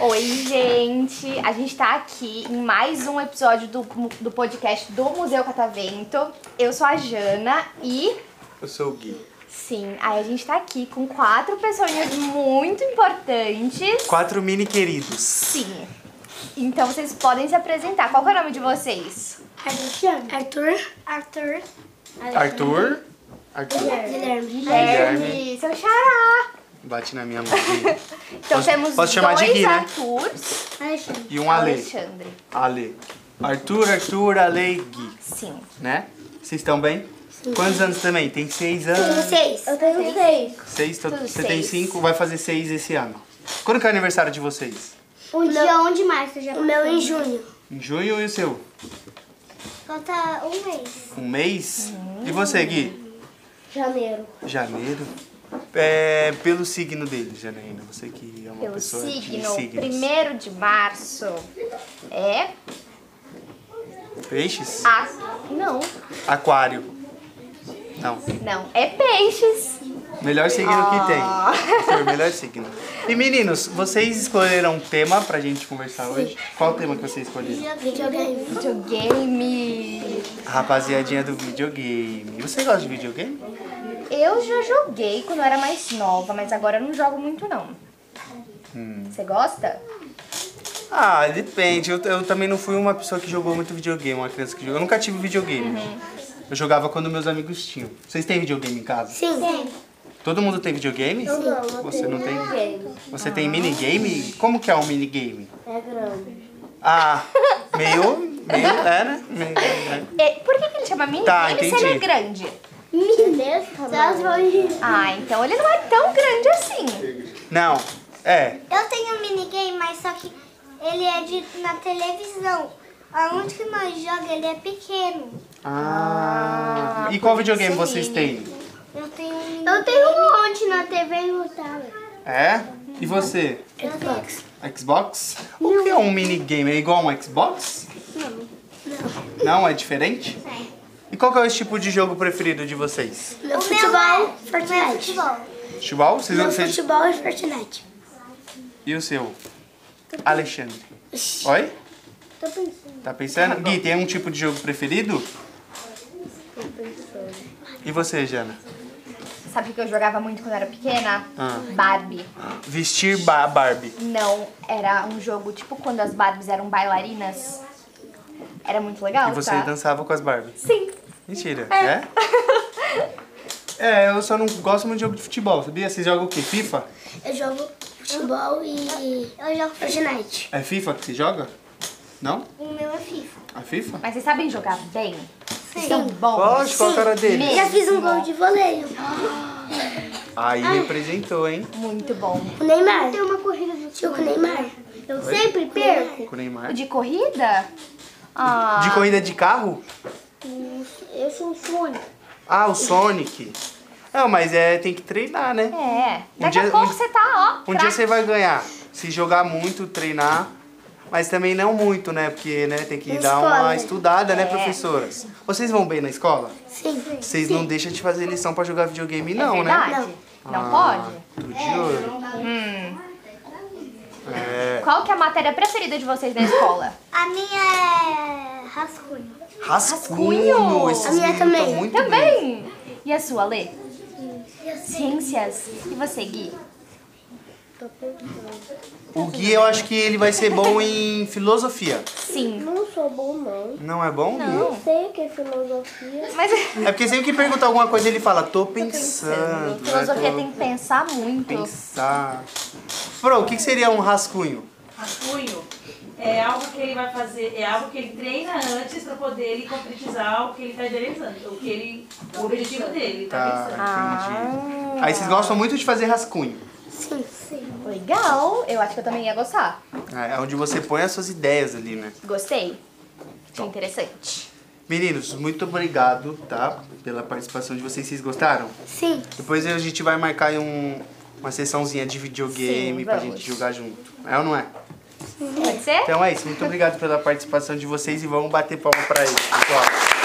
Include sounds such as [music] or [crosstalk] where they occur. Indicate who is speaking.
Speaker 1: Oi, gente! A gente tá aqui em mais um episódio do, do podcast do Museu Catavento. Eu sou a Jana e
Speaker 2: Eu sou o Gui.
Speaker 1: sim, aí a gente tá aqui com quatro pessoinhas muito importantes.
Speaker 2: Quatro mini queridos.
Speaker 1: Sim. Então vocês podem se apresentar. Qual que é o nome de vocês?
Speaker 3: Alexandre. Arthur. Arthur.
Speaker 2: Arthur. Arthur.
Speaker 3: Guilherme.
Speaker 2: Guilherme.
Speaker 1: Guilherme, seu xará!
Speaker 2: Bate na minha
Speaker 1: [laughs]
Speaker 2: mão. Gui.
Speaker 1: Então
Speaker 2: Posso-
Speaker 1: temos
Speaker 2: posso chamar de
Speaker 1: dois
Speaker 2: Gui, né?
Speaker 1: Arthurs.
Speaker 3: Alexandre.
Speaker 2: E um Ale.
Speaker 1: Alexandre.
Speaker 2: Ale. Arthur, Arthur, Ale e Gui.
Speaker 1: Sim.
Speaker 2: Né? Vocês estão bem? Quantos anos também? Tem seis anos.
Speaker 3: Seis. Eu tenho seis.
Speaker 2: Seis? tô-
Speaker 1: Tudo
Speaker 2: Você tem
Speaker 1: seis.
Speaker 2: cinco? Vai fazer seis esse ano. Quando que é o aniversário de vocês?
Speaker 3: O dia 1 de março já O meu em junho.
Speaker 2: Em junho e o seu?
Speaker 3: Falta um mês.
Speaker 2: Um mês? E você, Gui?
Speaker 3: Janeiro.
Speaker 2: Janeiro? É, pelo signo dele, Janaína. Você que é uma
Speaker 1: Pelo
Speaker 2: pessoa de
Speaker 1: signo,
Speaker 2: signos.
Speaker 1: 1 de março é
Speaker 2: Peixes?
Speaker 1: a... Não,
Speaker 2: Aquário. Não.
Speaker 1: não, é peixes.
Speaker 2: Melhor signo que tem. Foi o melhor signo. E meninos, vocês escolheram um tema pra gente conversar hoje? Qual o tema que vocês escolheram?
Speaker 3: Videogame.
Speaker 1: Videogame.
Speaker 2: A rapaziadinha do videogame. Você gosta de videogame?
Speaker 1: Eu já joguei quando eu era mais nova, mas agora eu não jogo muito não.
Speaker 2: Hum.
Speaker 1: Você gosta?
Speaker 2: Ah, depende. Eu, eu também não fui uma pessoa que jogou muito videogame, uma criança que jogou. Eu nunca tive videogame. Eu jogava quando meus amigos tinham. Vocês têm videogame em casa?
Speaker 3: Sim.
Speaker 2: Todo mundo tem videogame? Eu Ah. não. Você não tem? Você tem minigame? Como que é um minigame?
Speaker 3: É grande.
Speaker 2: Ah, meio. [laughs] meio. É, né? Meio, né?
Speaker 1: E É, por que, que ele chama mini
Speaker 2: Tá,
Speaker 1: game se ele é
Speaker 2: entendi.
Speaker 1: grande?
Speaker 4: é
Speaker 3: Minha. Só as mãos.
Speaker 1: Ah, então ele não é tão grande assim.
Speaker 2: Não. É,
Speaker 4: Eu tenho um minigame, mas só que ele é de, na televisão. Aonde que nós joga, ele é pequeno.
Speaker 2: Ah, e qual videogame vocês têm?
Speaker 4: Eu tenho um minigame.
Speaker 3: Eu tenho um monte na TV e no tablet.
Speaker 2: É? E você?
Speaker 3: Xbox.
Speaker 2: Xbox? O que é um minigame? É igual um Xbox? Não. Não é diferente? E qual que é o tipo de jogo preferido de vocês?
Speaker 3: Meu
Speaker 4: meu
Speaker 3: futebol.
Speaker 4: é- Mas
Speaker 3: Fortnite.
Speaker 4: futebol.
Speaker 2: Futebol? Vocês
Speaker 3: Meu
Speaker 2: vocês-
Speaker 3: futebol é Fortnite.
Speaker 2: E o seu? Alexandre. Oi?
Speaker 3: Tô pensando.
Speaker 2: Tá pensando? Gui, tem um tipo de jogo preferido? E você, Jana?
Speaker 1: Sabe o que eu jogava muito quando eu era pequena?
Speaker 2: Ah.
Speaker 1: Barbie.
Speaker 2: Vestir ba Barbie.
Speaker 1: Não, era um jogo tipo quando as Barbies eram bailarinas. Era muito legal,
Speaker 2: E você
Speaker 1: tá?
Speaker 2: dançava com as Barbies.
Speaker 1: Sim.
Speaker 2: Mentira, é? É, eu só não gosto muito de jogo de futebol, sabia? Vocês jogam o quê? FIFA?
Speaker 3: Eu jogo futebol e
Speaker 4: Eu jogo
Speaker 3: Fortnite.
Speaker 2: É FIFA que se joga? Não?
Speaker 4: O meu é FIFA.
Speaker 2: A FIFA?
Speaker 1: Mas vocês sabem jogar bem? Vocês são bons?
Speaker 2: Lógico, qual a cara dele?
Speaker 1: Mesmo.
Speaker 3: Já fiz um gol de voleio.
Speaker 2: Aí representou, hein?
Speaker 1: Muito bom.
Speaker 3: O Neymar.
Speaker 4: Tem uma corrida no
Speaker 3: Tio com o Neymar. Eu sempre perco.
Speaker 2: Com o Neymar.
Speaker 1: O de corrida? Ah,
Speaker 2: De corrida de carro?
Speaker 3: Eu sou o fone.
Speaker 2: Ah, o Sonic. Não, mas é, tem que treinar, né?
Speaker 1: é.
Speaker 2: Um
Speaker 1: Daqui
Speaker 2: dia-
Speaker 1: a pouco
Speaker 2: um-
Speaker 1: você tá, ó.
Speaker 2: Um dia você vai ganhar. Se jogar muito, treinar. Mas também não muito, né? Porque né, tem que
Speaker 3: Na
Speaker 2: dar uma
Speaker 3: escola.
Speaker 2: estudada, né,
Speaker 1: É.
Speaker 2: professoras? Vocês vão bem na escola?
Speaker 3: Sim.
Speaker 2: Vocês não deixam de fazer lição pra jogar videogame,
Speaker 1: não,
Speaker 2: não,
Speaker 1: é
Speaker 2: né?
Speaker 1: verdade? Não,
Speaker 2: Ah,
Speaker 1: pode? Hum.
Speaker 2: Tudo de ouro. É.
Speaker 1: Qual que é a matéria preferida de vocês na
Speaker 2: [laughs]
Speaker 1: escola?
Speaker 4: A minha é rascunho.
Speaker 2: Rascunho!
Speaker 3: A
Speaker 2: Esses
Speaker 3: minha
Speaker 2: meninos
Speaker 3: também.
Speaker 2: tão muito bem.
Speaker 1: Também! E a sua, Lê? Ciências. E você, Gui?
Speaker 2: O Gui, eu acho que ele vai ser
Speaker 3: [laughs]
Speaker 2: bom em filosofia.
Speaker 1: Sim.
Speaker 3: Não sou bom, não.
Speaker 2: Não é bom,
Speaker 1: Não.
Speaker 3: Sei o que é filosofia.
Speaker 1: Mas
Speaker 2: Gui? É porque sempre que pergunta alguma coisa, ele fala, tô pensando. né?
Speaker 1: filosofia
Speaker 2: Tô
Speaker 1: tem que pensar muito.
Speaker 2: Pensar. Pro, o que que seria um rascunho?
Speaker 5: rascunho é algo que ele vai fazer, é algo que ele treina antes para poder ele concretizar o que ele está idealizando, o que ele, o objetivo dele, tá pensando.
Speaker 1: Ah.
Speaker 2: entendi. Aí vocês gostam muito de fazer rascunho.
Speaker 3: Sim, sim.
Speaker 1: Legal. Eu acho que eu também ia gostar.
Speaker 2: É onde você põe as suas ideias ali, né?
Speaker 1: Gostei. Achei interessante.
Speaker 2: Meninos, muito obrigado, tá? Pela participação de vocês. Vocês gostaram?
Speaker 3: Sim.
Speaker 2: Depois a gente vai marcar aí um, uma sessãozinha de videogame
Speaker 1: Sim,
Speaker 2: pra
Speaker 1: vamos.
Speaker 2: gente jogar junto. É ou não é?
Speaker 1: Pode ser?
Speaker 2: Então é isso. Muito obrigado pela participação de vocês e vamos bater palma pra eles, pessoal.